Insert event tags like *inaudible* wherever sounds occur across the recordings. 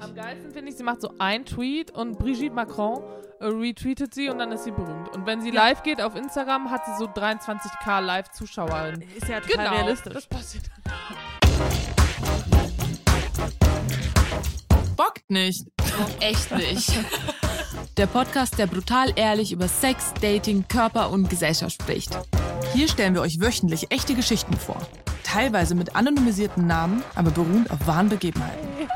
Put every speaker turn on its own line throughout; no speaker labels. Am geilsten finde ich, sie macht so einen Tweet und Brigitte Macron äh, retweetet sie und dann ist sie berühmt. Und wenn sie
Ja.
live geht auf Instagram, hat sie so 23k Live-Zuschauer.
Äh,
Ist ja total
Genau,
realistisch.
das passiert.
Bockt nicht. Echt
*laughs*
nicht. Der Podcast, der brutal ehrlich über Sex, Dating, Körper und Gesellschaft spricht.
Hier stellen wir euch wöchentlich echte Geschichten vor. Teilweise mit anonymisierten Namen, aber beruhend auf wahren Begebenheiten. *laughs*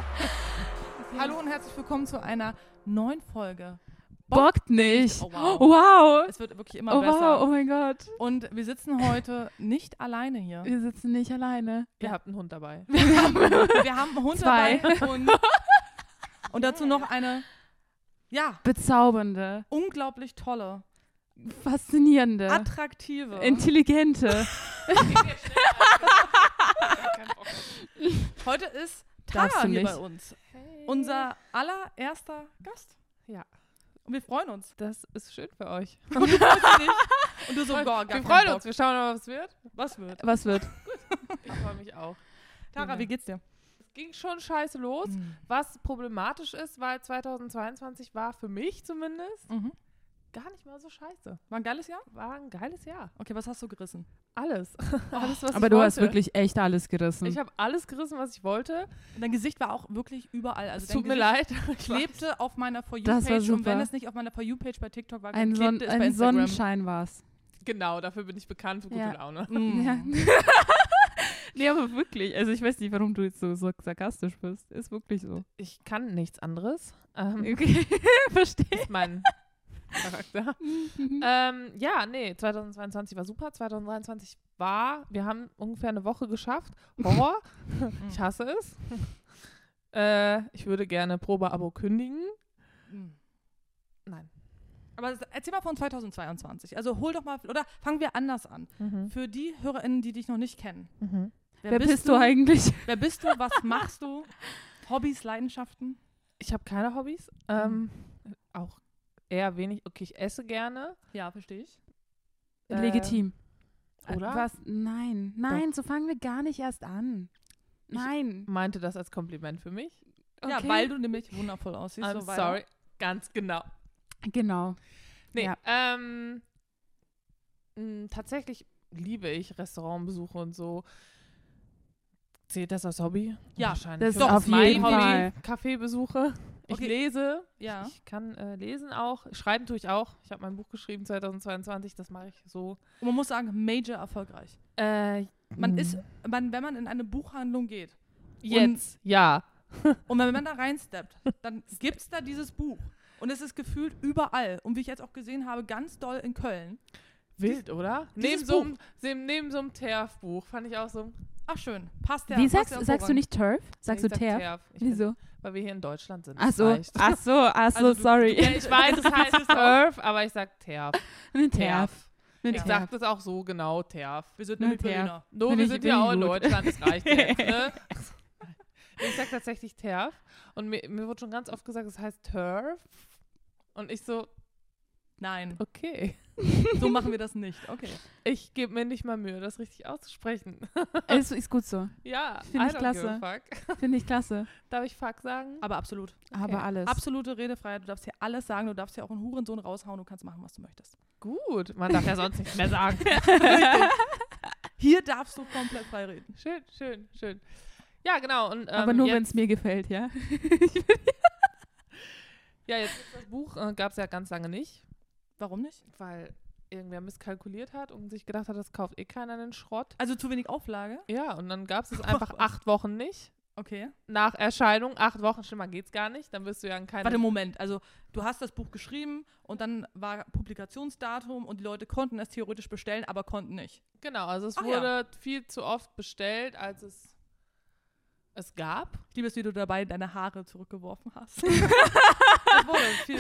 Hallo und herzlich willkommen zu einer neuen Folge.
Bockt nicht.
Oh, wow.
Wow.
Es wird wirklich immer
Oh wow,
besser.
oh mein Gott.
Und wir sitzen heute nicht alleine
*laughs*
hier.
Wir sitzen nicht alleine.
Ihr habt einen Hund dabei.
Wir haben einen Hund
Zwei.
dabei und, und dazu noch eine, ja,
Bezaubernde,
unglaublich tolle,
faszinierende,
attraktive,
intelligente.
Heute ist
Darfst
Tara
du
hier
nicht.
bei uns. Unser allererster Gast.
Ja.
Und wir freuen uns.
Das ist schön für euch.
Und du so, boah,
wir
gar keinen
freuen
Bock.
uns, wir schauen mal, was wird.
Was
*laughs*
wird?
Was wird?
Ich freue mich auch.
Tara, wie geht's dir?
Es ging schon scheiße
Mhm.
los, was problematisch ist, weil 2022 war für mich zumindest
Mhm.
gar nicht mal so scheiße.
War ein geiles Jahr?
War ein geiles Jahr.
Okay, was hast du gerissen?
Alles. *laughs* alles was
Aber
ich
du hast
wollte.
wirklich echt alles gerissen.
Ich habe alles gerissen, was ich wollte.
Und dein Gesicht war auch wirklich überall. Also
es
dein
tut mir leid.
Gesicht
*laughs* Ich weiß.
klebte auf meiner For
Das war
You-Page und wenn
super.
es nicht auf meiner For You-Page bei TikTok war,
ein
klebte
Son
es bei
ein
Instagram.
Sonnenschein war's.
Genau, dafür bin ich bekannt für gute
Ja.
Laune.
Mm. *laughs*
Ja. *laughs* nee, aber wirklich. Also ich weiß nicht, warum du jetzt so, so sarkastisch bist. Ist wirklich so.
Ich kann nichts anderes. Ähm,
*laughs* Okay, verstehe.
ist mein Charakter. ähm, ja, nee, 2022 war super. 2023 war, wir haben ungefähr eine Woche geschafft. Horror. ich hasse es. äh, ich würde gerne Probeabo kündigen.
Mm.
Nein.
Aber s- erzähl mal von 2022. Also hol doch mal, oder fangen wir anders an.
Mhm.
Für die HörerInnen, die dich noch nicht kennen.
Wer bist du eigentlich?
Wer bist du? Was machst du? Hobbys, Leidenschaften?
Ich habe keine Hobbys. Ähm, auch eher wenig. Okay, ich esse gerne.
Ja, verstehe ich.
Äh,
Legitim.
Oder?
Was? Nein, nein, so fangen wir gar nicht erst an. Nein.
Meinte das als Kompliment für mich.
Ja,
Okay.
weil du nämlich wundervoll aussiehst.
I'm
so weiter.
Ähm, sorry. Ganz genau.
Genau.
Nee,
Ja.
ähm, m, tatsächlich liebe ich Restaurantbesuche und so. Zählt das als Hobby?
Ja,
wahrscheinlich.
das
schon.
auf
ist mein
jeden
Hobby.
Fall.
Kaffeebesuche. Ich
Okay.
lese.
Ja.
Ich kann äh, lesen auch. Schreiben tue ich auch. Ich habe mein Buch geschrieben 2022. Das mache ich so.
Und man muss sagen, major erfolgreich.
Äh,
Man
mm.
Mhm.
ist, man, wenn man in eine Buchhandlung geht
jetzt, ja.
und wenn man da reinsteppt, dann gibt es da dieses Buch. Und es ist gefühlt überall. Und wie ich jetzt auch gesehen habe, ganz doll in Köln.
Wild, oder? Neben
dieses
so, einem, neben, neben so einem E TERF-Buch fand ich auch so.
Ach schön, passt ja.
Wie
passt
sagst,
ja
sagst du nicht Turf? Sagst
ich
du
sag E
Terf?
Ich bin-
Wieso?
weil wir hier in Deutschland sind.
Ach so, Ah,
Das reicht.
ach so, ach so,
Also du-
Ja,
sorry.
ich
*laughs*
weiß, es *laughs* heißt TERF, aber ich sag TERF.
Eine Terf.
TERF.
Eine
Ich *laughs*
Terf.
sag das auch so genau, TERF.
Wir sind
Na,
nämlich
Thea.
Berliner.
No,
Bin
wir
ich-
sind
bin
ja
ich
auch in
gut.
Deutschland, das reicht *laughs* jetzt, ne? Ich sag tatsächlich TERF und mir, mir wurde schon ganz oft gesagt, es heißt TERF. Und ich so,
Nein,
okay.
so machen wir das nicht. Okay.
Ich gebe mir nicht mal Mühe, das richtig auszusprechen. *laughs*
Ist, ist gut so.
Ja,
Finde
I
ich
don't give a
klasse.
Fuck.
Finde ich klasse.
Darf ich Fuck sagen?
Aber absolut.
Aber alles.
Absolute Redefreiheit. Du darfst hier alles sagen. Du darfst hier auch einen Hurensohn raushauen. Du kannst machen, was du möchtest.
Gut, man darf ja sonst nichts mehr sagen.
Hier darfst du komplett frei reden.
*laughs* Schön, schön, schön. Ja, genau. Und, ähm,
Aber nur,
jetzt-
wenn es mir gefällt, ja?
Ja, jetzt gibt's das Buch äh, gab es ja ganz lange nicht,
Warum nicht?
weil irgendwer misskalkuliert hat und sich gedacht hat, das kauft eh keiner den Schrott.
Also zu wenig Auflage.
Ja, und dann gab es
*laughs*
es
Ach,
einfach
was.
acht Wochen nicht.
Okay.
Nach Erscheinung, acht Wochen, schlimmer geht's gar nicht. Dann wirst du ja in keinem.
Warte, Moment. Also, du hast das Buch geschrieben und dann war Publikationsdatum und die Leute konnten es theoretisch bestellen, aber konnten nicht.
Genau, also es
Ach ja.
wurde viel zu oft bestellt, als es es gab.
Ich liebe es, wie du dabei deine Haare zurückgeworfen hast. es wurde viel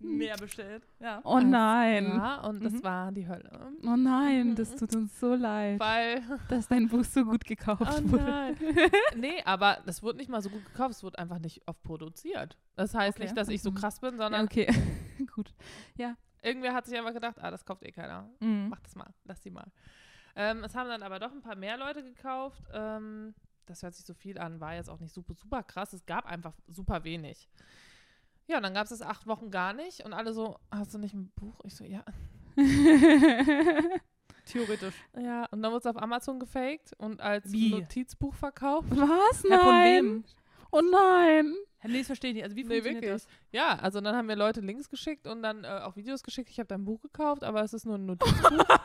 mehr bestellt. Ja.
Oh nein.
Ja, und das
Mhm.
war die Hölle.
Oh nein,
Mhm.
das tut uns so
*laughs*
leid,
Weil,
dass dein Buch so gut gekauft
oh
wurde.
nein. nee, aber das wurde nicht mal so gut gekauft, es wurde einfach nicht oft produziert. Das heißt
Okay.
nicht, dass ich so
Mhm.
krass bin,
Ja,
sondern
okay, *laughs* gut.
irgendwer hat sich einfach gedacht, ah, das kauft eh keiner.
Mhm.
*laughs* Mach das mal, lass die mal. Ähm, es haben dann aber doch ein paar mehr Leute gekauft. Ähm, das hört sich so viel an, war jetzt auch nicht super, super krass. Es gab einfach super wenig. Ja, und dann gab es das acht Wochen gar nicht und alle so, hast du nicht ein Buch? Ich so, ja.
Theoretisch.
Ja, und dann wurde es auf Amazon gefaked und als
Wie?
Notizbuch verkauft.
Was?
Ja, von
Nein.
wem?
Oh nein.
Herr Lees verstehe ich nicht. Also wie
Nee,
funktioniert
wirklich.
das?
Ja, also dann haben mir Leute Links geschickt und dann äh, auch Videos geschickt. Ich habe dein Buch gekauft, aber es ist nur ein Notizbuch. *laughs*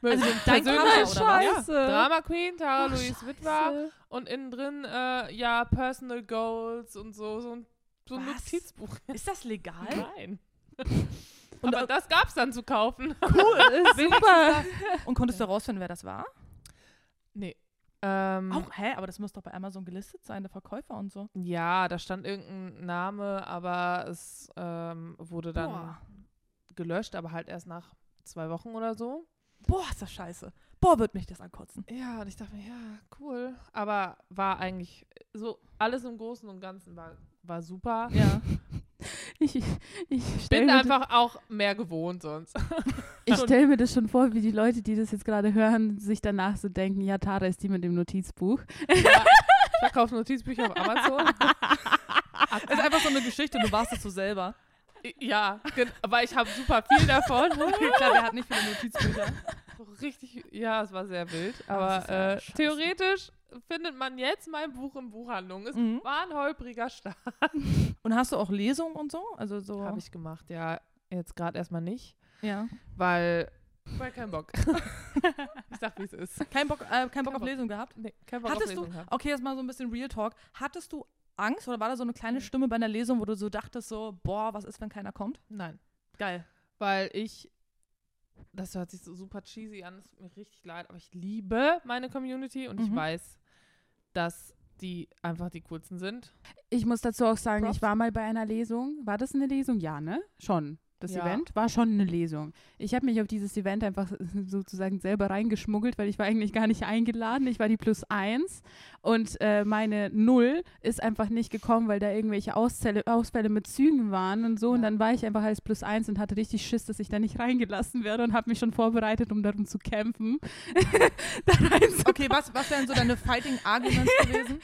Mit
Also
dem
dein
persönlichen-
Cover
oder was? Scheiße.
Ja, Drama Queen, Tara
Oh,
Louise Witwer und innen drin, äh, ja, Personal Goals und so, so ein, so ein
Was?
Notizbuch.
Ist
*laughs*
das legal?
Nein. aber das gab's dann zu kaufen. *laughs*
Cool. Super.
Und konntest du rausfinden, wer das war?
Ähm,
Auch, hä? Aber das muss doch bei Amazon gelistet sein, der Verkäufer und so.
Ja, da stand irgendein Name, aber es ähm, wurde dann
Boah.
gelöscht, aber halt erst nach zwei Wochen oder so.
Boah, ist das scheiße. Boah, wird mich das ankotzen.
Ja, und ich dachte mir, ja, cool. Aber war eigentlich so, alles im Großen und Ganzen war, war *laughs* super.
Ja. *laughs*
Ich, ich, ich
Bin
stelle mir,
einfach auch mehr gewohnt sonst. *laughs*
ich stell mir das schon vor, wie die Leute, die das jetzt gerade hören, sich danach so denken, ja, Tara ist die mit dem Notizbuch.
Ja, ich verkaufe Notizbücher auf *laughs* Amazon.
ist einfach so eine Geschichte, du warst es so *laughs* selber.
Ja, gen- aber ich habe super viel davon. *laughs*
Okay, klar, der hat nicht viele Notizbücher.
So Richtig, ja, es war sehr wild.
Aber das
Aber
ist ja
äh,
scheiße.
theoretisch findet man jetzt mein Buch in Buchhandlungen. Es
Mhm.
war ein holpriger Start.
Und hast du auch Lesungen und so? Also so.
Habe ich gemacht, ja. Jetzt gerade erstmal nicht,
Ja.
weil. Weil kein *laughs* Bock. ich sag, wie es ist.
Kein Bock, äh, kein Bock auf
Bock.
Lesungen gehabt?
*laughs* Nee, kein Bock
Hattest
auf
du,
Lesung haben.
okay, jetzt mal so ein bisschen Real Talk. Hattest du Angst oder war da so eine kleine Stimme bei einer Lesung, wo du so dachtest, so, boah, was ist, wenn keiner kommt?
Nein.
Geil.
Weil ich. Das hört sich so super cheesy an, es tut mir richtig leid, aber ich liebe meine Community und ich
Mhm.
weiß, dass die einfach die coolsten sind.
Ich muss dazu auch sagen,
Props.
ich war mal bei einer Lesung. War das eine Lesung? Ja, ne? Schon. Das
Ja.
Event war schon eine Lesung. Ich habe mich auf dieses Event einfach sozusagen selber reingeschmuggelt, weil ich war eigentlich gar nicht eingeladen. Ich war die Plus Eins und äh, meine Null ist einfach nicht gekommen, weil da irgendwelche Ausfälle, Ausfälle mit Zügen waren und so. Und
Ja.
dann war ich einfach als Plus Eins und hatte richtig Schiss, dass ich da nicht reingelassen werde und habe mich schon vorbereitet, um darum zu kämpfen, da reinzukommen.
*laughs* Okay, was, was wären so deine Fighting Arguments *laughs* gewesen?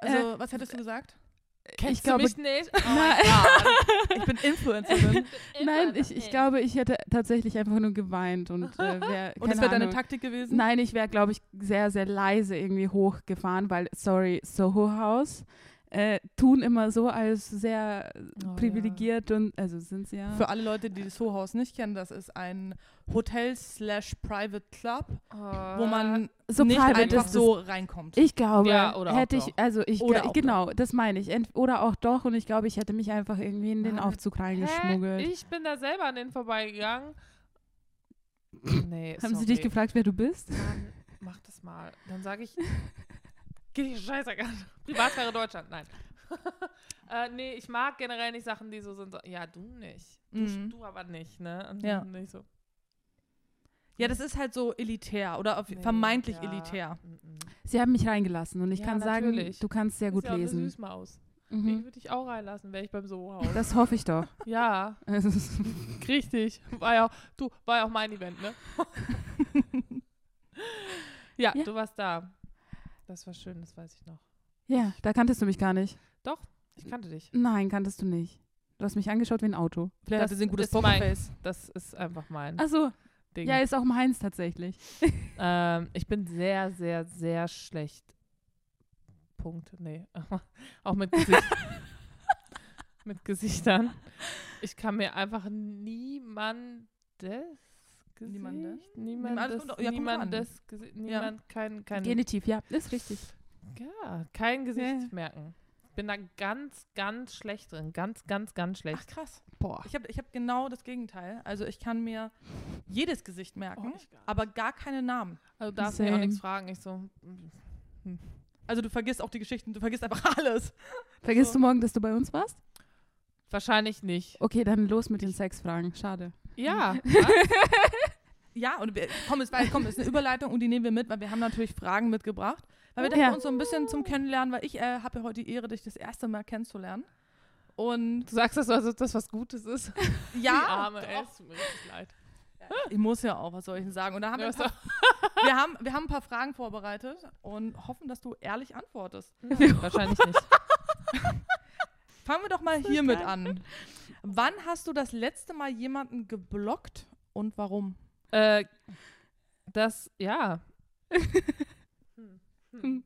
Also, was hättest du gesagt?
ich glaube,
mich nicht? Oh mein Gott.
Ich bin Influencerin.
Nein, ich, ich glaube, ich hätte tatsächlich einfach nur geweint und
*laughs*
äh, wär,
Und das
keine
wäre deine
Ahnung.
Taktik gewesen?
Nein, ich wäre, glaube ich, sehr, sehr leise irgendwie hochgefahren, weil, sorry, Soho House äh, tun immer so als sehr
Oh,
privilegiert und, also sind sie ja.
Für alle Leute, die das Soho-Haus nicht kennen, das ist ein Hotel-slash-Private Club,
Ja.
wo
Oh.
man
Ah, so
nicht
private
einfach
ist
so reinkommt.
das. Ich glaube,
Ja, oder auch
hätte
doch.
ich, also ich,
Oder
gl-
auch
genau, das meine ich. Ent oder auch doch und ich glaube, ich hätte mich einfach irgendwie in den
Nein.
Aufzug
Hä?
reingeschmuggelt.
Ich bin da selber an den vorbeigegangen. Nee, sorry.
Haben sie dich gefragt, wer du bist?
Mann, mach das mal. Dann sage ich, geh dich scheiße an. Privatsphäre Deutschland, nein. *laughs* äh, nee, ich mag generell nicht Sachen, die so sind. So, ja, du nicht. Du,
Mhm.
du aber nicht, ne? Und
Ja.
Nicht so.
ja, das ist halt so elitär oder auf-
nee,
vermeintlich
ja,
elitär.
mhm.
Sie haben mich reingelassen und ich
Ja,
kann
natürlich.
sagen, du kannst sehr
Ist
gut
ja auch eine
lesen.
Süßmaus. Ich
Mhm.
würde dich auch reinlassen, wäre ich beim
*laughs*
Soho-Haus.
Das hoffe ich doch.
ja,
Es ist-
richtig. War ja, auch, du, war ja auch mein Event,
*laughs*
ne? ja,
Ja.
du warst da. Das war schön, das weiß ich noch.
ja, da kanntest du mich gar nicht.
Doch, ich kannte dich.
Nein, kanntest du nicht. Du hast mich angeschaut wie ein Auto.
Vielleicht
Das
hat sie ein gutes
ist mein
Pokerface. Ah,
Das ist einfach mein
Achso,
Ding.
ja, ist auch meins tatsächlich.
Ähm, ich bin sehr, sehr, sehr schlecht. Punkt. Nee. *laughs* Auch mit, Gesicht,
*laughs*
mit Gesichtern. Ich kann mir einfach niemandes Gesicht.
Niemandes? Niemand-
Niemandes,
kommt doch- ja, kommt doch an.
niemandes Gesicht. Niemand, kein, kein,
Genitiv, ja, ist richtig.
ja, kein Gesicht
Ja.
merken. Bin da ganz, ganz schlecht drin. Ganz, ganz, ganz schlecht.
Ach krass.
boah.
Ich habe ich hab genau das Gegenteil. Also ich kann mir jedes Gesicht merken,
Oh,
ich gar nicht.
aber gar keine Namen.
Also darfst du mich auch nichts
Same.
fragen. Ich so, mm,
Also du vergisst auch die Geschichten, du vergisst einfach *laughs* alles.
Vergisst
Also-
du morgen, dass du bei uns warst?
wahrscheinlich nicht.
Okay, dann los mit den
*laughs*
Sexfragen. Schade.
*laughs*
Ja. was?
Ja, und wir, komm, es war, komm, es ist eine Überleitung und die nehmen wir mit, weil wir haben natürlich Fragen mitgebracht. Weil wir dachten
Ja.
uns so ein bisschen zum Kennenlernen, weil ich äh, habe ja heute die Ehre, dich das erste Mal kennenzulernen. Und
Du sagst also, das so, als ob das was Gutes ist.
ja,
Die Arme, ey,
Ah, doch,
es tut mir richtig leid.
Ich muss ja auch, was soll ich denn sagen? Und da haben wir,
Ja,
ein paar, wir, haben, wir haben ein paar Fragen vorbereitet und hoffen, dass du ehrlich antwortest. *laughs*
Wahrscheinlich nicht.
Fangen wir doch mal hiermit an. Wann hast du das letzte Mal jemanden geblockt und warum?
Äh, das, ja. Hm. Hm.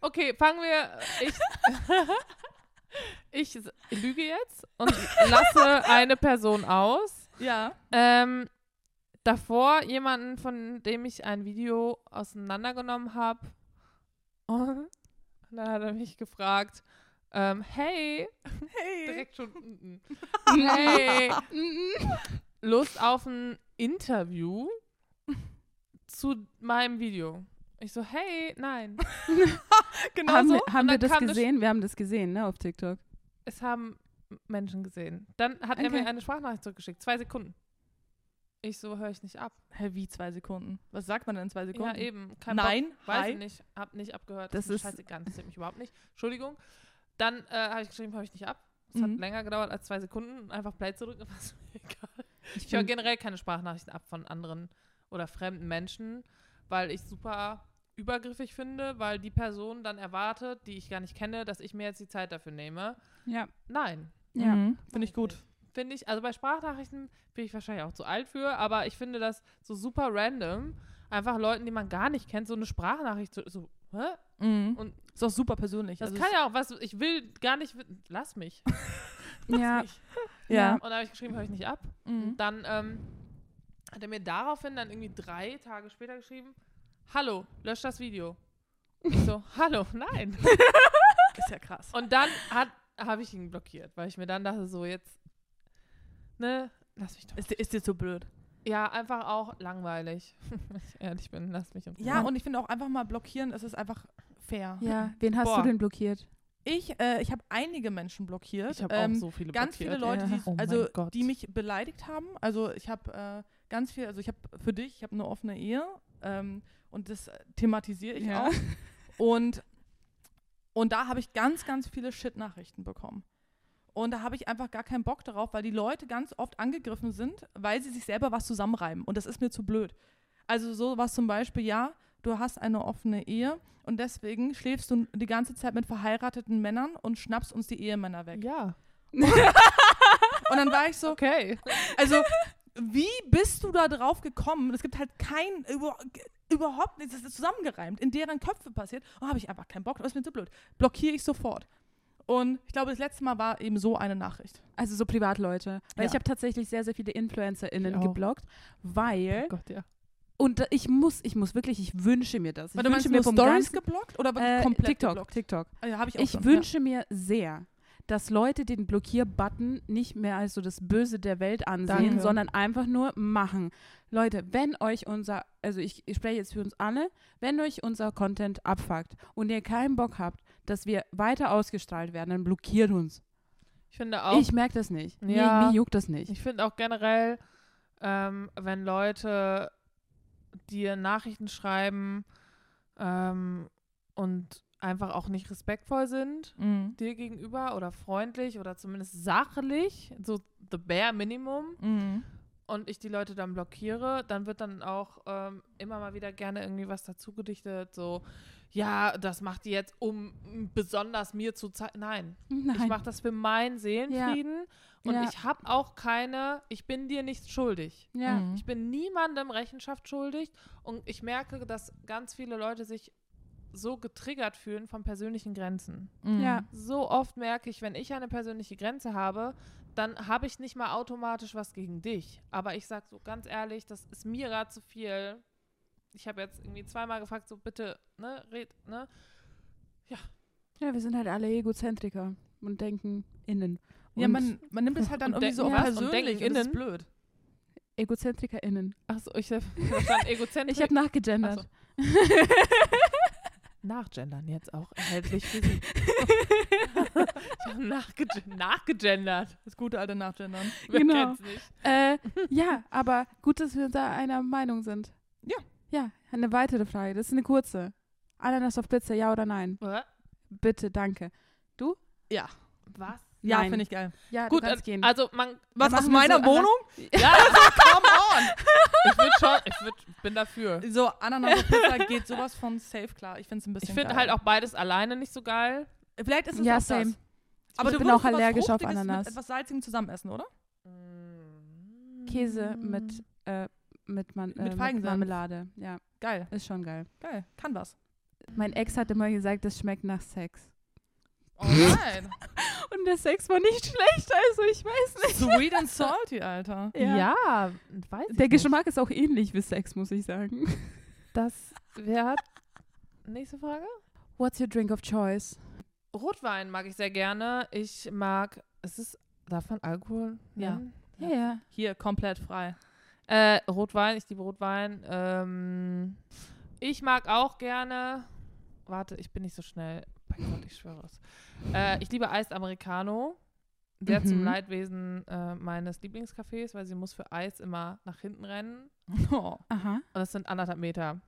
Okay, fangen wir. äh,
*laughs*
Ich, *laughs* ich lüge jetzt und lasse eine Person aus.
Ja.
Ähm, davor jemanden, von dem ich ein Video auseinandergenommen habe. Und *laughs* dann hat er mich gefragt, ähm, hey,
Hey.
direkt schon,
*laughs*
mm, mm. hey, Mhm. Lust auf ein Interview zu meinem Video. Ich so, hey,
*laughs*
nein.
Genau
Haben,
so.
wir- haben
Also, Und dann
wir das
kam das-
gesehen? Wir haben das gesehen, ne, auf TikTok.
Es haben Menschen gesehen. Dann hat er
Okay.
mir eine Sprachnachricht zurückgeschickt, zwei Sekunden. Ich so, höre ich nicht ab.
Hä, wie zwei Sekunden? Was sagt man denn in zwei Sekunden?
Ja, eben. Kein Bock,
Nein,
weiß
hi.
ich nicht, hab nicht abgehört.
Das
mir
ist-
scheißegal, interessiert mich überhaupt nicht. Entschuldigung. Dann äh, habe ich geschrieben, höre ich nicht ab. Es
Mhm.
hat länger gedauert als zwei Sekunden. Einfach Play zurück, *laughs* aber ist mir egal. Ich höre
bin-
generell keine Sprachnachrichten ab von anderen oder fremden Menschen, weil ich super übergriffig finde, weil die Person dann erwartet, die ich gar nicht kenne, dass ich mir jetzt die Zeit dafür nehme.
Ja.
Nein,
Ja.
Mhm. Finde ich gut.
finde ich, also bei Sprachnachrichten bin ich wahrscheinlich auch zu alt für, aber ich finde das so super random, einfach Leuten, die man gar nicht kennt, so eine Sprachnachricht zu, so, hä?
Mhm.
Und
ist auch super persönlich.
das
Also
kann ja auch was, ich will gar nicht, lass mich.
Ja.
Mich.
es- Ah, ja.
Und da habe ich geschrieben, höre ich nicht ab.
Mhm.
Und dann ähm, hat er mir daraufhin dann irgendwie drei Tage später geschrieben, hallo, lösch das Video. Ich so, *laughs* hallo, nein.
Ist ja krass.
Und dann habe ich ihn blockiert, weil ich mir dann dachte, so jetzt, ne, lass mich doch.
Ist, dir- ist dir zu blöd.
Ja, einfach auch langweilig. *laughs* Wenn ich ehrlich bin, lass mich uns.
Ja, und ich finde auch einfach mal blockieren, es ist einfach fair.
Ja, wen hast
Boah.
du denn blockiert?
Ich, äh, ich habe einige Menschen blockiert.
ich habe
ähm,
auch so viele
ganz
blockiert.
viele Leute,
ja.
die,
Oh mein
also,
Gott.
die mich beleidigt haben. Also ich habe äh, ganz viel, also ich habe für dich, ich habe eine offene Ehe ähm, und das äh, thematisiere ich
Ja.
auch. Und, und da habe ich ganz, ganz viele Shit-Nachrichten bekommen. Und da habe ich einfach gar keinen Bock darauf, weil die Leute ganz oft angegriffen sind, weil sie sich selber was zusammenreiben. Und das ist mir zu blöd. Also sowas zum Beispiel, ja, du hast eine offene Ehe und deswegen schläfst du die ganze Zeit mit verheirateten Männern und schnappst uns die Ehemänner weg.
Ja.
Und dann war ich so,
Okay.
also, wie bist du da drauf gekommen? Es gibt halt kein, über, überhaupt nichts, das ist zusammengereimt, in deren Köpfe passiert. Oh, habe ich einfach keinen Bock, das ist mir zu blöd. Blockiere ich sofort. Und ich glaube, das letzte Mal war eben so eine Nachricht.
Also so Privatleute. Weil
Ja.
ich habe tatsächlich sehr, sehr viele
Ich
InfluencerInnen
auch.
geblockt, weil
Oh Gott, ja.
Und da- ich muss, ich muss wirklich, ich wünsche mir das. Ich
Warte,
wünsche
meinst
mir
du
vom
Stories
Ganzen,
geblockt oder wirklich
äh,
komplett
TikTok,
geblockt?
TikTok.
Ah, Ja, habe ich auch
Ich
schon.
wünsche mir sehr, dass Leute den Blockierbutton nicht mehr als so das Böse der Welt ansehen,
Danke.
sondern einfach nur machen. Leute, wenn euch unser, also ich, ich spreche jetzt für uns alle, wenn euch unser Content abfuckt und ihr keinen Bock habt, dass wir weiter ausgestrahlt werden, dann blockiert uns.
Ich finde auch, ich,
Ich merke das nicht.
Ja.
Mir, mir juckt das nicht.
finde auch generell, ähm, wenn Leute dir Nachrichten schreiben ähm, und einfach auch nicht respektvoll sind
Ja. Mhm.
dir gegenüber oder freundlich oder zumindest sachlich, so the bare minimum,
Mhm.
und ich die Leute dann blockiere, dann wird dann auch ähm, immer mal wieder gerne irgendwie was dazu gedichtet, so, ja, das macht die jetzt, um mm, besonders mir zu zeigen. Nein, ich
Hm, Nein.
mache das für meinen Seelenfrieden und
Ja.
ich habe auch keine, ich bin dir nichts schuldig.
Ja.
Mhm.
Ich bin niemandem Rechenschaft schuldig und ich merke, dass ganz viele Leute sich so getriggert fühlen von persönlichen Grenzen.
Mhm.
Ja.
So oft merke ich, wenn ich eine persönliche Grenze habe, dann habe ich nicht mal automatisch was gegen dich. Aber ich sage so ganz ehrlich, das ist mir gerade zu viel. Ich habe jetzt irgendwie zweimal gefragt, so bitte, ne, red, ne?
Ja, wir sind halt alle Egozentriker und denken innen.
Ja,
Und-
man, man nimmt es halt dann
Und
irgendwie so
denken
auch
was und denken
persönlich und das ist
innen.
blöd.
EgozentrikerInnen.
Achso, ich *laughs* habe verstanden, Egozentrik.
*laughs* Ich habe nachgegendert.
nachgendern jetzt auch erhältlich für *laughs* Sie. ich habe nachge nachgegendert.
Das gute alte Nachgendern.
Wer
Genau.
kennt's nicht?
Äh, ja, aber gut, dass wir da einer Meinung sind.
Ja.
Ja, eine weitere Frage. Das ist eine kurze. Ananas auf Pizza, ja oder nein?
Äh,
Bitte, danke.
Was?
Ja,
Nein.
finde ich geil.
Ja,
Gut,
du kannst
äh,
gehen.
also man,
Was
machen
aus
wir
meiner
so-
Wohnung?
ja,
also, Come on!
ich würde schon, ich würd, bin dafür.
So, Ananas und Pizza geht sowas von safe klar. Ich finde es ein bisschen
Ich finde
geil.
halt auch beides alleine nicht so geil.
Vielleicht ist es
Ja,
auch
same.
das. Aber
Ich
du
bin
würdest
auch allergisch
was
auf
Fruchtiges
Ananas.
Mit etwas salzigem zusammen essen, oder?
Mm.
Käse mit, äh, mit, man, äh, mit
Feigensenf.
Marmelade. Ja,
Geil,
ist schon geil.
geil. Kann was.
*laughs*
Mein Ex hat immer gesagt, das schmeckt nach Sex.
Oh nein.
Und der Sex war nicht schlecht, also ich weiß nicht.
Sweet and salty, Alter.
Ja, weiß ich
Der
nicht.
Geschmack ist auch ähnlich wie Sex, muss ich sagen.
Das, wer hat, nächste Frage?
What's your drink of choice?
Rotwein mag ich sehr gerne. Ich mag, es ist, darf man Alkohol
Ja.
nennen?
Ja, ja.
Hier, komplett frei.
Äh, Rotwein, ich liebe Rotwein. Ähm, ich mag auch gerne. Warte, ich bin nicht so schnell. Mein Gott, ich schwöre es. Äh, ich liebe Eis Americano. Sehr zum
Mhm.
Leidwesen äh, meines Lieblingscafés, weil sie muss für Eis immer nach hinten
*laughs*
rennen.
Oh.
Aha.
Und das sind anderthalb Meter.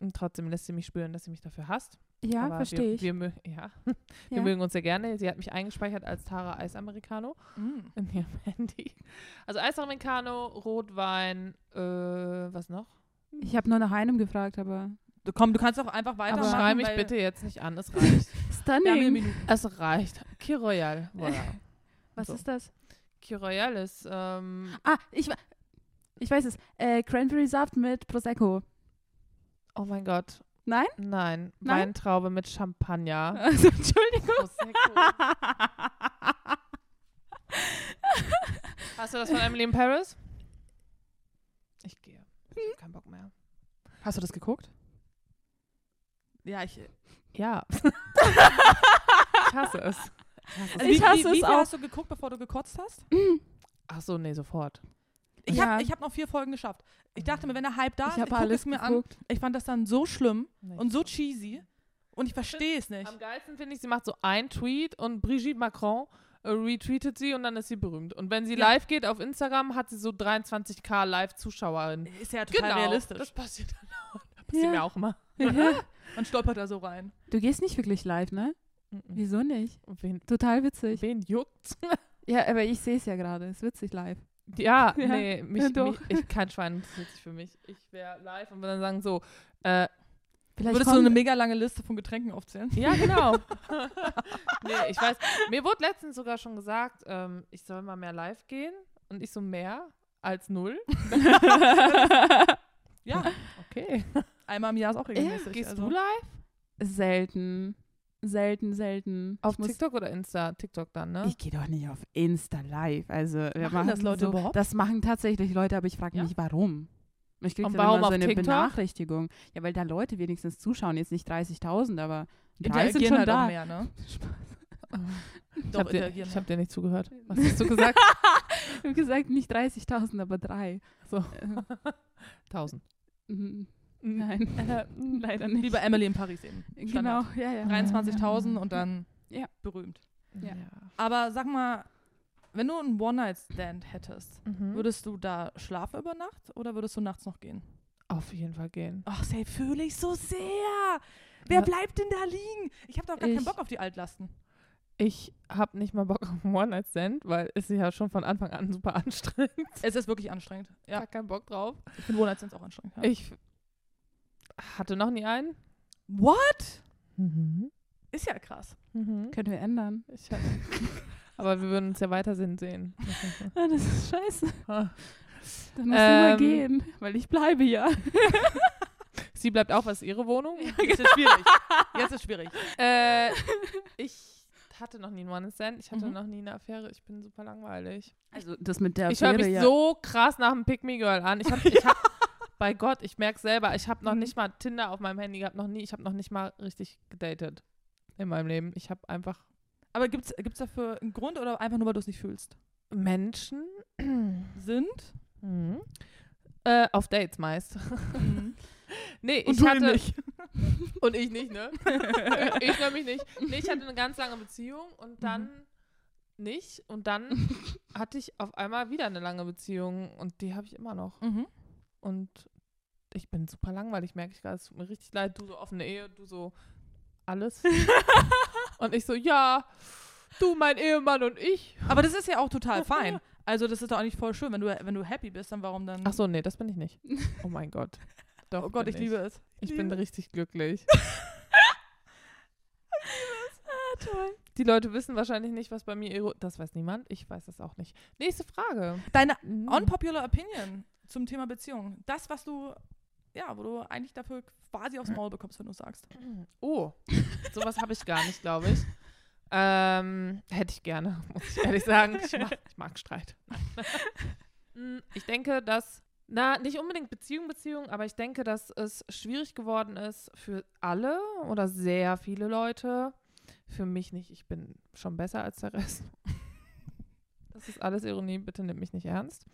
Und trotzdem lässt sie mich spüren, dass sie mich dafür hasst.
Ja,
Aber
verstehe ich.
Wir, wir, mö- ja. wir
Ja.
mögen uns sehr gerne. Sie hat mich eingespeichert als Tara Eis Americano
Mm.
in ihrem *laughs* Handy. Also Eis Americano, Rotwein, äh, was noch?
Ich habe nur nach einem gefragt, aber.
Du, komm, du kannst auch einfach
Aber
weitermachen.
schrei mich
weil
bitte jetzt nicht an, es reicht.
Wir haben eine
Stunning. *laughs*
Minute.
es reicht. Key Royal, voilà.
Was
So.
ist das?
Key Royal ist, ähm,
Ah, ich, we- ich weiß es. Äh, Cranberry Saft mit Prosecco.
oh mein Gott.
Nein?
Nein,
Nein?
Weintraube mit Champagner.
*laughs* *laughs*
Oh,
Also, Entschuldigung.
Prosecco. Hast du das von Emily in Paris? Ich gehe. Ich hab keinen Bock mehr.
Hast du das geguckt? Ja, ich.
Ja. ich hasse es.
Also
Ich
wie,
hasse
wie,
es
wie viel
auch.
hast du geguckt, bevor du gekotzt hast?
Ach so, nee, sofort.
Ich
Ja.
habe ich hab noch vier Folgen geschafft. Ich dachte mir, wenn der Hype da ist,
Ich
ich
habe
gucke
alles
es mir an.
*laughs* geguckt.
Ich fand das dann so schlimm
Nee.
und so cheesy. Und ich verstehe es nicht.
Am geilsten finde ich, sie macht so einen Tweet und Brigitte Macron äh, retweetet sie und dann ist sie berühmt. Und wenn sie
Ja.
live geht auf Instagram, hat sie so 23k Live-Zuschauerinnen.
Ist ja
Genau.
total realistisch.
Das passiert dann auch. Passiert
Ja.
mir auch immer.
Man stolpert da so rein.
Du gehst nicht wirklich live, ne?
Mhm.
Wieso nicht?
Und Wen,
Total witzig.
wen juckt's? *laughs*
Ja, aber ich sehe es ja gerade. Ist witzig live.
Ja,
Ja,
nee, mich,
ja, doch.
mich ich kein Schwein interessiert sich für mich. Ich wäre live und würde dann sagen so, äh,
Vielleicht
Würdest du eine mega lange Liste von Getränken aufzählen?
ja *laughs* genau. nee, ich weiß, mir wurde letztens sogar schon gesagt, ähm, ich soll mal mehr live gehen und ich so mehr als *laughs* null.
Ja.
Okay.
Einmal im Jahr ist auch regelmäßig.
Gehst
also.
du live?
selten. Selten, selten.
Auf
ich muss-
TikTok oder Insta? TikTok dann, ne?
Ich gehe doch nicht auf Insta live. Also wir
Machen das Leute
so,
überhaupt?
Das machen tatsächlich Leute, aber ich frage
Ja?
mich, warum. Ich kriege
Und
dann
warum
immer
auf
so eine
TikTok?
Benachrichtigung. Ja, weil da Leute wenigstens zuschauen. Jetzt nicht 30.000, aber ein paar sind
Interagieren
schon
halt
da.
auch mehr, ne?
ich
Doch,
hab dir,
interagieren.
ich
mehr.
hab dir nicht zugehört. Was hast du gesagt?
Ich habe gesagt, nicht 30.000, aber drei. *laughs*
So.
Äh,
Tausend.
mhm. *laughs* Nein, *laughs* Äh, hm, leider nicht.
Wie bei Emily in Paris eben.
*laughs* genau, ja, ja.
23.000 und dann
Ja.
berühmt.
Ja.
Aber sag mal, wenn du einen One-Night-Stand hättest,
Mhm. Würde
würdest du da schlafen über Nacht oder würdest du nachts noch gehen?
auf jeden Fall gehen.
Ach, safe fühle ich so sehr. Wer
Ja.
bleibt denn da liegen? Ich habe doch gar
Ich-
keinen Bock auf die Altlasten.
Ich hab nicht mal Bock auf einen One-Night-Stand, weil ist ja schon von Anfang an super anstrengend.
Es ist wirklich anstrengend.
Ich
Ja,
hab keinen Bock drauf.
ich finde One-Night-Stands auch anstrengend. Ja.
Ich hatte noch nie einen.
What?
Mhm.
Ist ja *laughs* krass.
Mhm.
Können wir ändern.
Ich hab, *laughs* aber wir würden uns ja weiterhin
*laughs*
sehen.
*laughs* Ah, das ist *laughs* scheiße.
Ah.
Dann musst du mal
Ähm.
gehen, weil ich bleibe ja.
Sie bleibt auch, was ist ihre Wohnung?
Jetzt ist schwierig. Jetzt ist schwierig.
äh, ich hatte noch nie einen One-Stand. Ich hatte
Mhm.
noch nie eine Affäre. Ich bin super langweilig.
Also das mit der
ich höre
Affäre,
mich
ja.
so krass nach einem Pick-Me-Girl an.
*laughs*
Ich hab, ich hab, bei Gott, ich merke selber, ich habe noch
Mhm.
nicht mal Tinder auf meinem Handy gehabt, noch nie. Ich habe noch nicht mal richtig gedatet in meinem Leben. Ich habe einfach
Aber gibt's gibt's dafür einen Grund oder einfach nur, weil du es nicht fühlst? *clears throat*
Menschen
Sind?
mhm. äh, auf Dates meist.
*laughs*
Nee,
Mhm. Und
ich
du eben
hatte
nicht.
und ich nicht, ne? *laughs* ich glaube mich nicht. Nee, ich hatte eine ganz lange Beziehung und dann nicht und dann hatte ich auf einmal wieder eine lange Beziehung und die habe ich immer noch.
Mhm.
Und ich bin super langweilig, merke ich gerade. Es tut mir richtig leid. Du so offene Ehe, du so alles. und ich so, ja, Du, mein Ehemann und ich.
Aber das ist ja auch total fein. Also das ist doch auch nicht voll schön. Wenn du, wenn du happy bist, dann warum dann?
Ach so, nee, das bin ich nicht. Oh mein Gott. Doch,
oh Gott,
bin
ich liebe es.
Ich
liebe
bin richtig glücklich.
Ah,
Die Leute wissen wahrscheinlich nicht, was bei mir ero- Das weiß niemand. Ich weiß das auch nicht. Nächste Frage.
Deine
Mhm.
unpopular opinion zum Thema Beziehung. Das, was du, ja, wo du eigentlich dafür quasi aufs Maul bekommst, wenn du sagst.
Oh, sowas habe ich gar nicht, glaube ich. Ähm, hätte ich gerne, *laughs* muss ich ehrlich sagen. Ich mag, ich mag Streit. Hm, *laughs* ich denke, dass, na, nicht unbedingt Beziehung, Beziehung, aber ich denke, dass es schwierig geworden ist für alle oder sehr viele Leute. Für mich nicht. Ich bin schon besser als der *laughs* Rest. Das ist alles Ironie, bitte nimmt mich nicht ernst.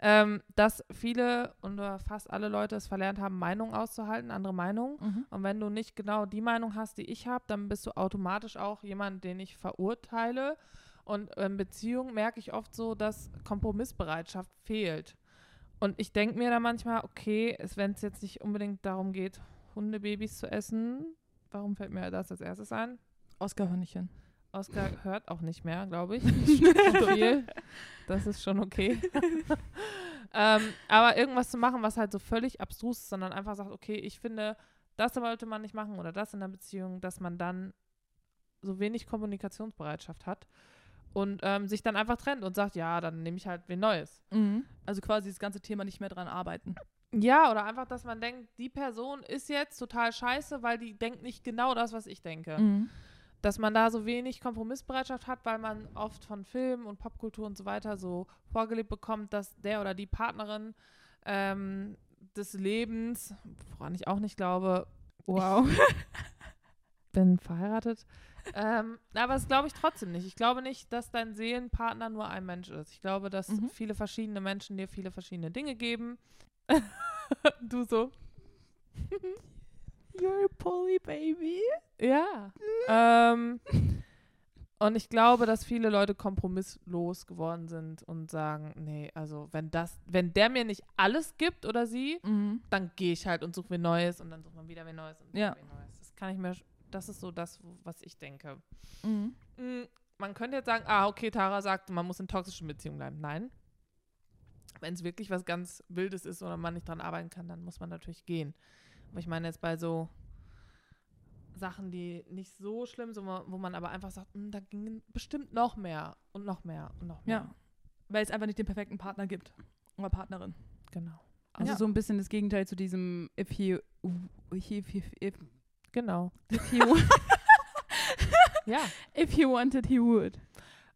Ähm, dass viele oder fast alle Leute es verlernt haben, Meinungen auszuhalten, andere Meinungen. Und wenn du nicht genau die Meinung hast, die ich habe, dann bist du automatisch auch jemand, den ich verurteile. Und in Beziehungen merke ich oft so, dass Kompromissbereitschaft fehlt. Und ich denke mir da manchmal, okay, wenn es jetzt nicht unbedingt darum geht, Hundebabys zu essen, warum fällt mir das als erstes ein?
Oscar *laughs* Hörnchen.
Oskar hört auch nicht mehr, glaube ich. Das stimmt zu viel. Das ist schon okay. *laughs* ähm, aber irgendwas zu machen, was halt so völlig abstrus ist, sondern einfach sagt, okay, ich finde, das sollte man nicht machen oder das in der Beziehung, dass man dann so wenig Kommunikationsbereitschaft hat und ähm, sich dann einfach trennt und sagt, ja, dann nehme ich halt wen Neues.
Also quasi das ganze Thema nicht mehr dran arbeiten.
Ja, oder einfach, dass man denkt, die Person ist jetzt total scheiße, weil die denkt nicht genau das, was ich denke.
Mhm.
dass man da so wenig Kompromissbereitschaft hat, weil man oft von Film und Popkultur und so weiter so vorgelebt bekommt, dass der oder die Partnerin ähm, des Lebens, woran ich auch nicht glaube,
*laughs*
Wow.
bin verheiratet, ähm, aber das glaube ich trotzdem nicht. Ich glaube nicht, dass dein Seelenpartner nur ein Mensch ist. Ich glaube, dass
Mhm.
viele verschiedene Menschen dir viele verschiedene Dinge geben. *laughs* du so,
You're a poly baby.
Ja. ähm, und ich glaube, dass viele Leute kompromisslos geworden sind und sagen, nee, also wenn das, wenn der mir nicht alles gibt oder sie,
Mhm.
dann gehe ich halt und suche mir Neues und dann sucht man wieder mir Neues und sucht
Ja.
mir Neues. Das kann ich mir, sch- das ist so das, wo- was ich denke.
Mhm.
Mm, Man könnte jetzt sagen, ah, okay, Tara sagt, man muss in toxischen Beziehungen bleiben. Nein. Wenn es wirklich was ganz Wildes ist oder man nicht dran arbeiten kann, dann muss man natürlich gehen. Aber ich meine jetzt bei so Sachen, die nicht so schlimm sind, wo wo man aber einfach sagt, "Hm, da ging bestimmt noch mehr und noch mehr und noch mehr.
Ja. Weil es einfach nicht den perfekten Partner gibt. Oder Partnerin.
Genau.
Also
Ja.
so ein bisschen das Gegenteil zu diesem if you if you, if, if,
Genau.
*laughs*
if you
Ja.
*laughs* if you wanted he would.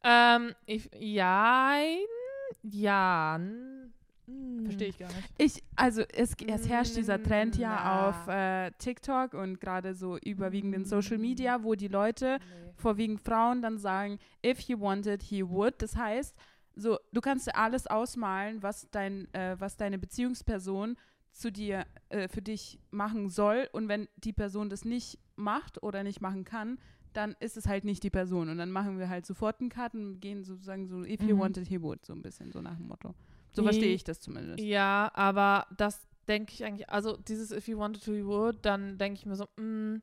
Ähm, ich, jein, jan. Hm.
Verstehe ich gar nicht.
Ich, also es, es herrscht dieser Trend Mm, ja
Na.
auf äh, TikTok und gerade so überwiegend in
Mm.
Social Media, wo die Leute,
Nee.
vorwiegend Frauen, dann sagen, if he wanted, he would. Das heißt, so, du kannst dir alles ausmalen, was, dein, äh, was deine Beziehungsperson zu dir, äh, für dich machen soll. Und wenn die Person das nicht macht oder nicht machen kann, dann ist es halt nicht die Person. Und dann machen wir halt sofort einen Cut und gehen sozusagen so, if he
Mhm.
wanted, he would, so ein bisschen, so nach dem Motto. So
I-
verstehe ich das zumindest.
*laughs* Ja, aber das denke ich eigentlich, also dieses If you wanted to you would, dann denke ich mir so, mm,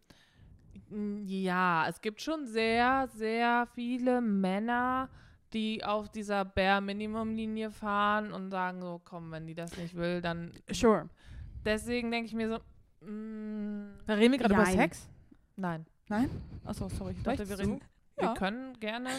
mm, ja, es gibt schon sehr, sehr viele Männer, die auf dieser Bare-Minimum-Linie fahren und sagen so, komm, wenn die das nicht will, dann
Sure.
deswegen denke ich mir so, mm,
Da reden wir gerade über
Jein.
Sex.
nein. *laughs*
Achso, sorry. Ich
Dachte,
dachte, wir
wir
reden.
Wir
Ja.
können gerne.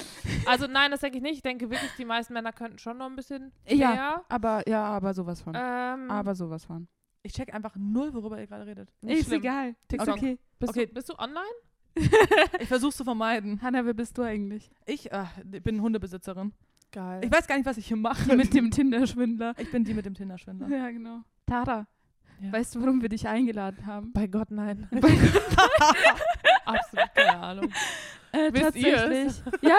Also nein, das denke ich nicht. Ich denke wirklich, die meisten Männer könnten schon noch ein bisschen
Ja,
mehr.
Aber ja, aber sowas von.
Ähm,
aber sowas von.
Ich check einfach null, worüber ihr gerade redet.
nicht schlimm.
egal.
TikTok.
Okay.
Bist,
Okay.
du, bist du online?
Ich versuch's zu vermeiden.
Hanna, wer bist du eigentlich?
Ich äh, bin Hundebesitzerin.
Geil.
Ich weiß gar nicht, was ich hier mache.
Mit *laughs* dem Tinder-Schwindler.
Ich bin die mit dem Tinder-Schwindler.
Ja, genau. Tara,
Ja.
weißt du, warum wir dich eingeladen haben?
*laughs* Bei Gott, nein. Absolut keine Ahnung.
Äh,
Wisst ihr
*laughs*
es?
ja,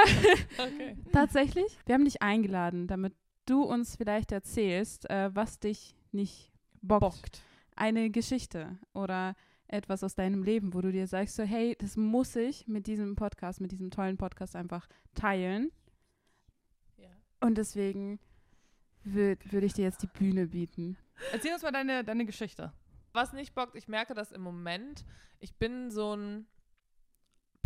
Okay.
tatsächlich. Wir haben dich eingeladen, damit du uns vielleicht erzählst, äh, was dich nicht *laughs* bockt. Eine Geschichte oder etwas aus deinem Leben, wo du dir sagst, so, hey, das muss ich mit diesem Podcast, mit diesem tollen Podcast einfach teilen.
Ja.
Und deswegen würde würd ich dir jetzt die Bühne bieten.
Erzähl uns mal deine, deine Geschichte.
Was nicht bockt, ich merke das im Moment. Ich bin so ein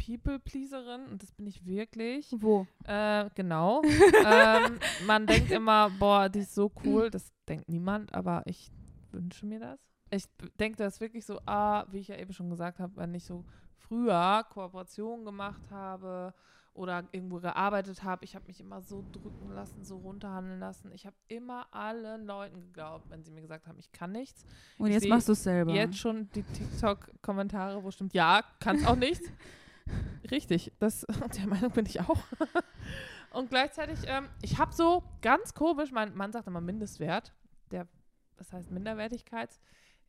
People-Pleaserin und das bin ich wirklich.
Wo?
Äh, genau. ähm, man denkt immer, boah, die ist so cool. Das denkt niemand, aber ich wünsche mir das. Ich denke das wirklich so, ah, wie ich ja eben schon gesagt habe, wenn ich so früher Kooperationen gemacht habe oder irgendwo gearbeitet habe, ich habe mich immer so drücken lassen, so runterhandeln lassen. Ich habe immer allen Leuten geglaubt, wenn sie mir gesagt haben, ich kann nichts.
Und
Ich
jetzt
seh
machst du es selber.
Jetzt schon die TikTok-Kommentare, wo stimmt, ja, kannst auch nichts. Richtig, das, der Meinung bin ich auch. Und gleichzeitig, ähm, ich habe so ganz komisch, mein Mann sagt immer Mindestwert, der, das heißt Minderwertigkeits.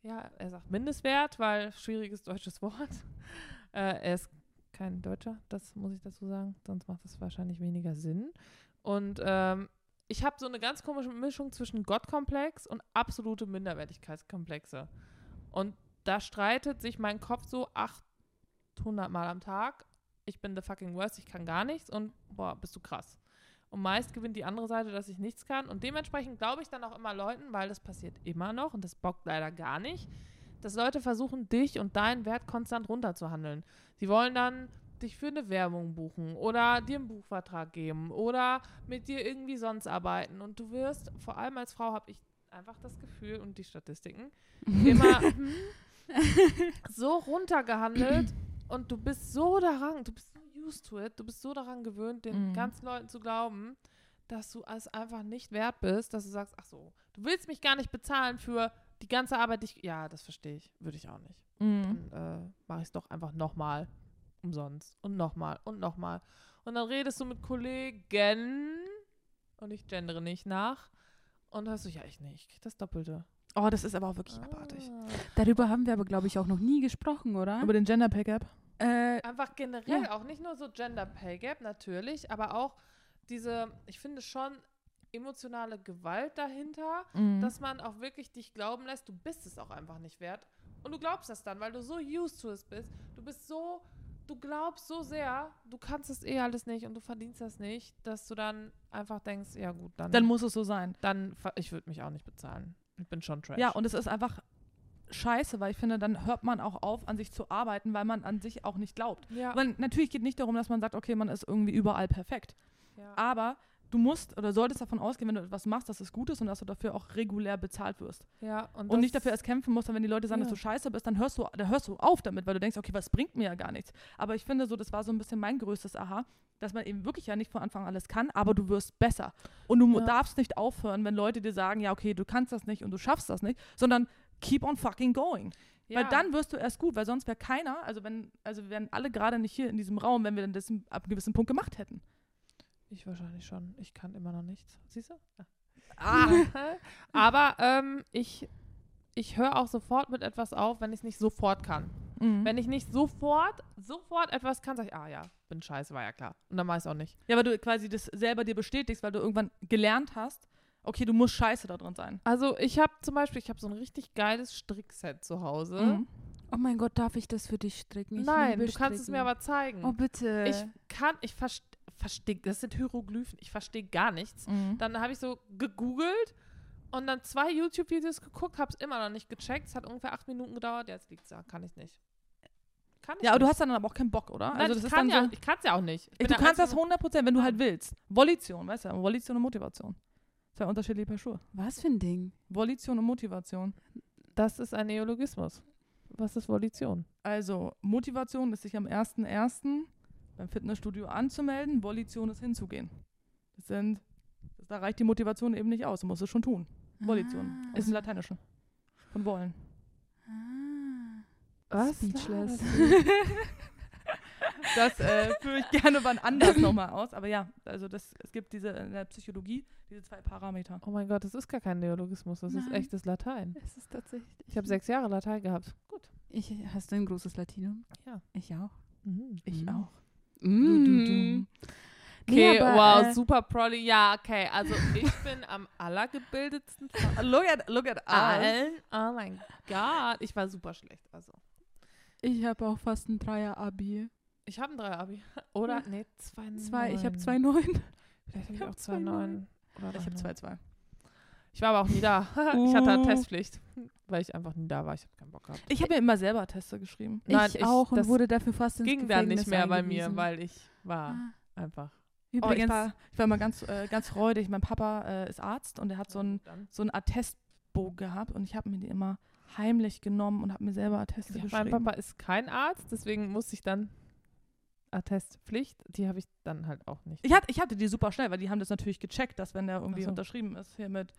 Ja, er sagt Mindestwert, weil schwieriges deutsches Wort. *laughs* Äh, er ist kein Deutscher, das muss ich dazu sagen, sonst macht es wahrscheinlich weniger Sinn. Und ähm, ich habe so eine ganz komische Mischung zwischen Gottkomplex und absolute Minderwertigkeitskomplexe. Und da streitet sich mein Kopf so 800 Mal am Tag. Ich bin the fucking worst, ich kann gar nichts und boah, bist du krass. Und meist gewinnt die andere Seite, dass ich nichts kann. Und dementsprechend glaube ich dann auch immer Leuten, weil das passiert immer noch und das bockt leider gar nicht, dass Leute versuchen, dich und deinen Wert konstant runterzuhandeln. Sie wollen dann dich für eine Werbung buchen oder dir einen Buchvertrag geben oder mit dir irgendwie sonst arbeiten. Und du wirst, vor allem als Frau, habe ich einfach das Gefühl und die Statistiken, immer hm, so runtergehandelt und du bist so daran, du bist so used to it, du bist so daran gewöhnt, den
Mhm.
ganzen Leuten zu glauben, dass du es einfach nicht wert bist, dass du sagst, ach so, du willst mich gar nicht bezahlen für die ganze Arbeit, die ich, ja, das verstehe ich, würde ich auch nicht.
Mhm.
Dann äh, mache ich es doch einfach nochmal umsonst und nochmal und nochmal. Und dann redest du mit Kollegen und ich gendere nicht nach und hörst du, ja, ich nicht, ich krieg das Doppelte.
Oh, das ist aber auch wirklich abartig.
Ah.
Darüber haben wir aber, glaube ich, auch noch nie gesprochen, oder?
Über den Gender Pay Gap.
äh,
Einfach generell
Ja.
auch nicht nur so Gender Pay Gap natürlich, aber auch diese, ich finde schon emotionale Gewalt dahinter,
Mhm.
dass man auch wirklich dich glauben lässt, du bist es auch einfach nicht wert und du glaubst das dann, weil du so used to es bist, du bist so, du glaubst so sehr, du kannst es eh alles nicht und du verdienst das nicht, dass du dann einfach denkst, ja gut, dann,
Dann muss es so sein.
dann ver- ich würde mich auch nicht bezahlen, ich bin schon trash.
Ja, und es ist einfach scheiße, weil ich finde, dann hört man auch auf, an sich zu arbeiten, weil man an sich auch nicht glaubt.
ja,
Man, natürlich geht nicht darum, dass man sagt, okay, man ist irgendwie überall perfekt.
ja.
Aber du musst oder solltest davon ausgehen, wenn du etwas machst, dass es gut ist und dass du dafür auch regulär bezahlt wirst.
ja
Und,
das-
nicht dafür erst kämpfen musst, dann wenn die Leute sagen,
Ja.
dass du scheiße bist, dann hörst du, dann hörst du auf damit, weil du denkst, okay, was bringt mir ja gar nichts. Aber ich finde so, das war so ein bisschen mein größtes Aha, dass man eben wirklich ja nicht von Anfang an alles kann, aber du wirst besser. Und du mu-
Ja.
darfst nicht aufhören, wenn Leute dir sagen, ja, okay, du kannst das nicht und du schaffst das nicht, sondern keep on fucking going.
ja.
Weil dann wirst du erst gut, weil sonst wäre keiner, also wenn, also wären alle gerade nicht hier in diesem Raum, wenn wir dann das ab einem gewissen Punkt gemacht hätten.
Ich wahrscheinlich schon. Ich kann immer noch nichts. Siehst du?
Ah.
*laughs* Aber ähm, ich, ich höre auch sofort mit etwas auf, wenn ich es nicht sofort kann.
Mhm.
Wenn ich nicht sofort, sofort etwas kann, sage ich, ah ja, bin scheiße, war ja klar. Und dann mache ich es auch nicht.
Ja, weil du quasi das selber dir bestätigst, weil du irgendwann gelernt hast, okay, du musst scheiße da drin sein.
Also ich habe zum Beispiel, ich habe so ein richtig geiles Strickset zu Hause.
Mhm.
oh mein Gott, darf ich das für dich stricken? Ich
Nein,
liebe
du kannst es
Stricken.
mir aber zeigen.
Oh, bitte.
ich kann, ich verstehe, versteh, das sind Hieroglyphen, ich verstehe gar
Mhm.
nichts. Dann habe ich so gegoogelt und dann zwei YouTube-Videos geguckt, habe es immer noch nicht gecheckt. Es hat ungefähr acht Minuten gedauert. Jetzt liegt es da, kann ich nicht. Kann ich
Ja, aber du
nicht.
hast dann aber auch keinen Bock, oder?
Nein,
also
ich
das ist
kann
dann
ja,
so.
ich kann es ja auch nicht. Ich bin
du
der
kannst das
Einzige-
100%, wenn du halt willst. Volition, weißt du, Volition und Motivation. Zwei unterschiedliche Paar Schuhe.
Was für ein Ding?
Volition und Motivation.
Das ist ein Neologismus. Was ist Volition?
Also, Motivation ist sich am 1.1. beim Fitnessstudio anzumelden, Volition ist hinzugehen. Das sind, da reicht die Motivation eben nicht aus, du musst es schon tun. Volition
Ah.
ist im Lateinischen. Von wollen.
Ah.
Was?
Speechless.
Das äh, führe ich gerne wann anders nochmal aus. Aber ja, also das, es gibt diese in der Psychologie diese zwei Parameter.
*laughs* Oh mein Gott, das ist gar kein Neologismus, das ist
Nein.
echtes Latein.
Es ist tatsächlich.
Ich habe sechs Jahre Latein gehabt. Gut.
Ich, hast du ein großes Latinum?
Ja.
Ich auch.
Mhm.
Mhm.
auch.
Okay,
Mm. Nee, aber,
wow,
äh,
super Prolly. Ja, okay, also ich bin am *laughs* allergebildetsten von
Look at, look at
allen. Oh mein Gott, ich war super schlecht. Also,
Ich habe auch fast ein Dreier-Abi.
ich habe ein 3-Abi. Oder, nee, zwei
Zwei, ich habe
Neun.
zwei Neun.
Vielleicht habe ich
ich hab
auch zwei
zwei Uh. Neun.
Neun. Oder
Ich
drei
habe
Neun.
zwei, zwei.
Ich war aber auch nie da. *laughs* ich hatte halt Testpflicht, weil ich einfach nie da war. Ich habe keinen Bock gehabt.
Ich habe mir immer selber Teste geschrieben.
*laughs* Nein,
ich,
ich-
auch und
das
wurde dafür fast ins
Ging dann nicht
Gefängnis
mehr bei mir,
eingewiesen.
weil ich war
Ah.
einfach.
Oh, ich,
Übrigens,
war, ich war mal ganz, äh, ganz freudig. Mein Papa äh, ist Arzt und er hat so einen
Dann-
so einen Attestbogen gehabt und ich habe mir die immer heimlich genommen und habe mir selber Atteste
Ja,
geschrieben.
mein Papa ist kein Arzt, deswegen musste ich dann Attestpflicht, die habe ich dann halt auch nicht.
ich, hatte, ich hatte die super schnell, weil die haben das natürlich gecheckt, dass wenn der irgendwie
Ach so.
unterschrieben ist, hier mit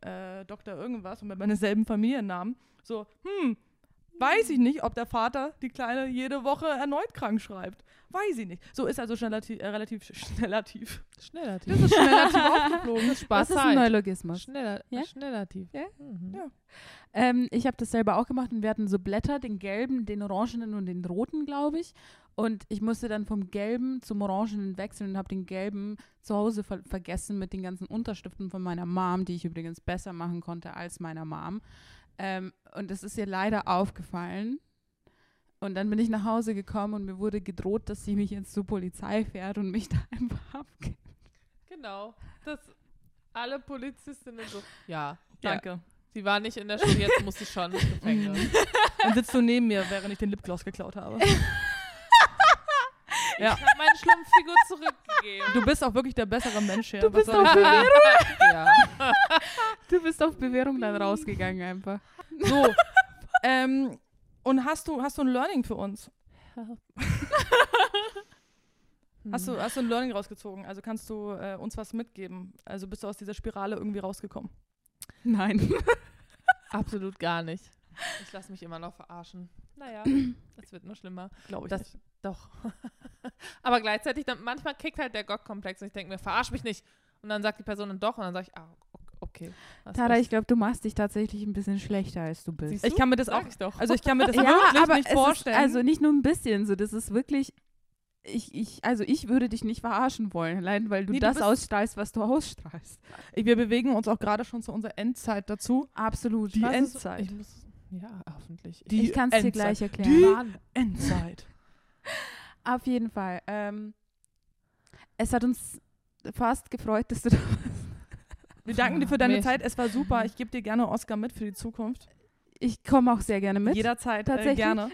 äh, Doktor irgendwas und mit meinem selben Familiennamen, so, hm, weiß ich nicht, ob der Vater die Kleine jede Woche erneut krank schreibt. Weiß ich nicht. So ist also schnell, äh, relativ, *laughs* schneller tief.
Schneller Tief.
Das ist schneller tief aufgeflogen.
Spar
das ist ein
Zeit.
Neologismus.
Schneller,
Ja?
schneller Tief.
Ja?
Mhm.
Ja.
Ähm, ich habe das selber auch gemacht und wir hatten so Blätter, den gelben, den orangenen und den roten, glaube ich. Und ich musste dann vom gelben zum orangenen wechseln und habe den gelben zu Hause ver vergessen mit den ganzen Unterstiften von meiner Mom, die ich übrigens besser machen konnte als meiner Mom. Ähm, und das ist ihr leider aufgefallen. Und dann bin ich nach Hause gekommen und mir wurde gedroht, dass sie mich jetzt zur Polizei fährt und mich *laughs* da einfach abgibt.
Genau. Das alle Polizistinnen so. Ja, danke.
Danke.
Sie war nicht in der Schule, jetzt muss sie schon
*laughs*
ins Gefängnis.
Dann sitzt du neben mir, während ich den Lipgloss geklaut habe. Ja.
Ich habe meine Schlumpffigur zurückgegeben.
Du bist auch wirklich der bessere Mensch hier.
Du bist
soll ich
auch
sagen?
ja.
Du bist auf Bewährung dann rausgegangen einfach.
So. ähm, und hast du, hast du ein Learning für
*laughs*
uns? Hast
Hm.
du, hast du ein Learning rausgezogen? Also kannst du äh, uns was mitgeben? Also bist du aus dieser Spirale irgendwie rausgekommen?
Nein.
Absolut gar nicht. Ich lasse mich immer noch verarschen. Naja, es wird nur schlimmer.
Glaube ich
Das-
nicht.
Doch. *laughs* Aber gleichzeitig, dann, manchmal kickt halt der Gottkomplex und ich denke mir, verarsch mich nicht. Und dann sagt die Person dann doch und dann sage ich, ah, o- okay. hast
Tada,
recht.
ich glaube, du machst dich tatsächlich ein bisschen schlechter, als du bist.
Siehst
Ich kann mir das auch,
sag ich doch.
also ich kann mir das
*laughs* ja,
wirklich
aber
nicht
es
vorstellen.
Ist, also nicht nur ein bisschen, so das ist wirklich. Ich, ich, also ich würde dich nicht verarschen wollen, allein weil du
Nee, du
das
bist-
ausstrahlst, was du ausstrahlst.
wir bewegen uns auch gerade schon zu unserer Endzeit dazu.
Absolut.
Die
Was ist-
Endzeit.
Ich muss, ja, hoffentlich.
Die
ich kann es dir
Endzeit.
gleich erklären.
Die-
Mann.
Endzeit.
Auf jeden Fall. Ähm, es hat uns fast gefreut, dass du da
Wir danken dir
*laughs*
für deine
Mich.
Zeit. Es war super. Ich gebe dir gerne einen Oscar mit für die Zukunft.
Ich komme auch sehr gerne mit.
Jederzeit
Tatsächlich.
*laughs*
Äh, gerne.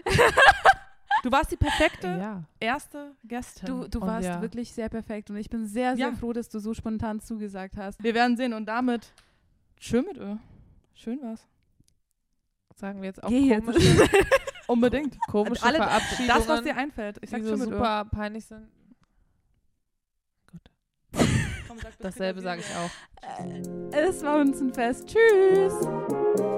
Du warst die perfekte
Ja.
erste Gästin.
du du
Und
warst
ja.
wirklich sehr perfekt und ich bin sehr, sehr
Ja.
froh, dass du so spontan zugesagt hast.
Wir werden sehen und damit schön mit Ö. Schön war's.
Sagen wir jetzt auch
Geh jetzt.
komische,
Unbedingt.
komische
Alle-
Verabschiedungen,
Das, was dir einfällt. Ich
die
sag
so
schön mit Ö.
super peinlich sind.
Komm, sag bis
Dasselbe sage
Petersilie.
ich auch.
Es war uns ein Fest. Tschüss.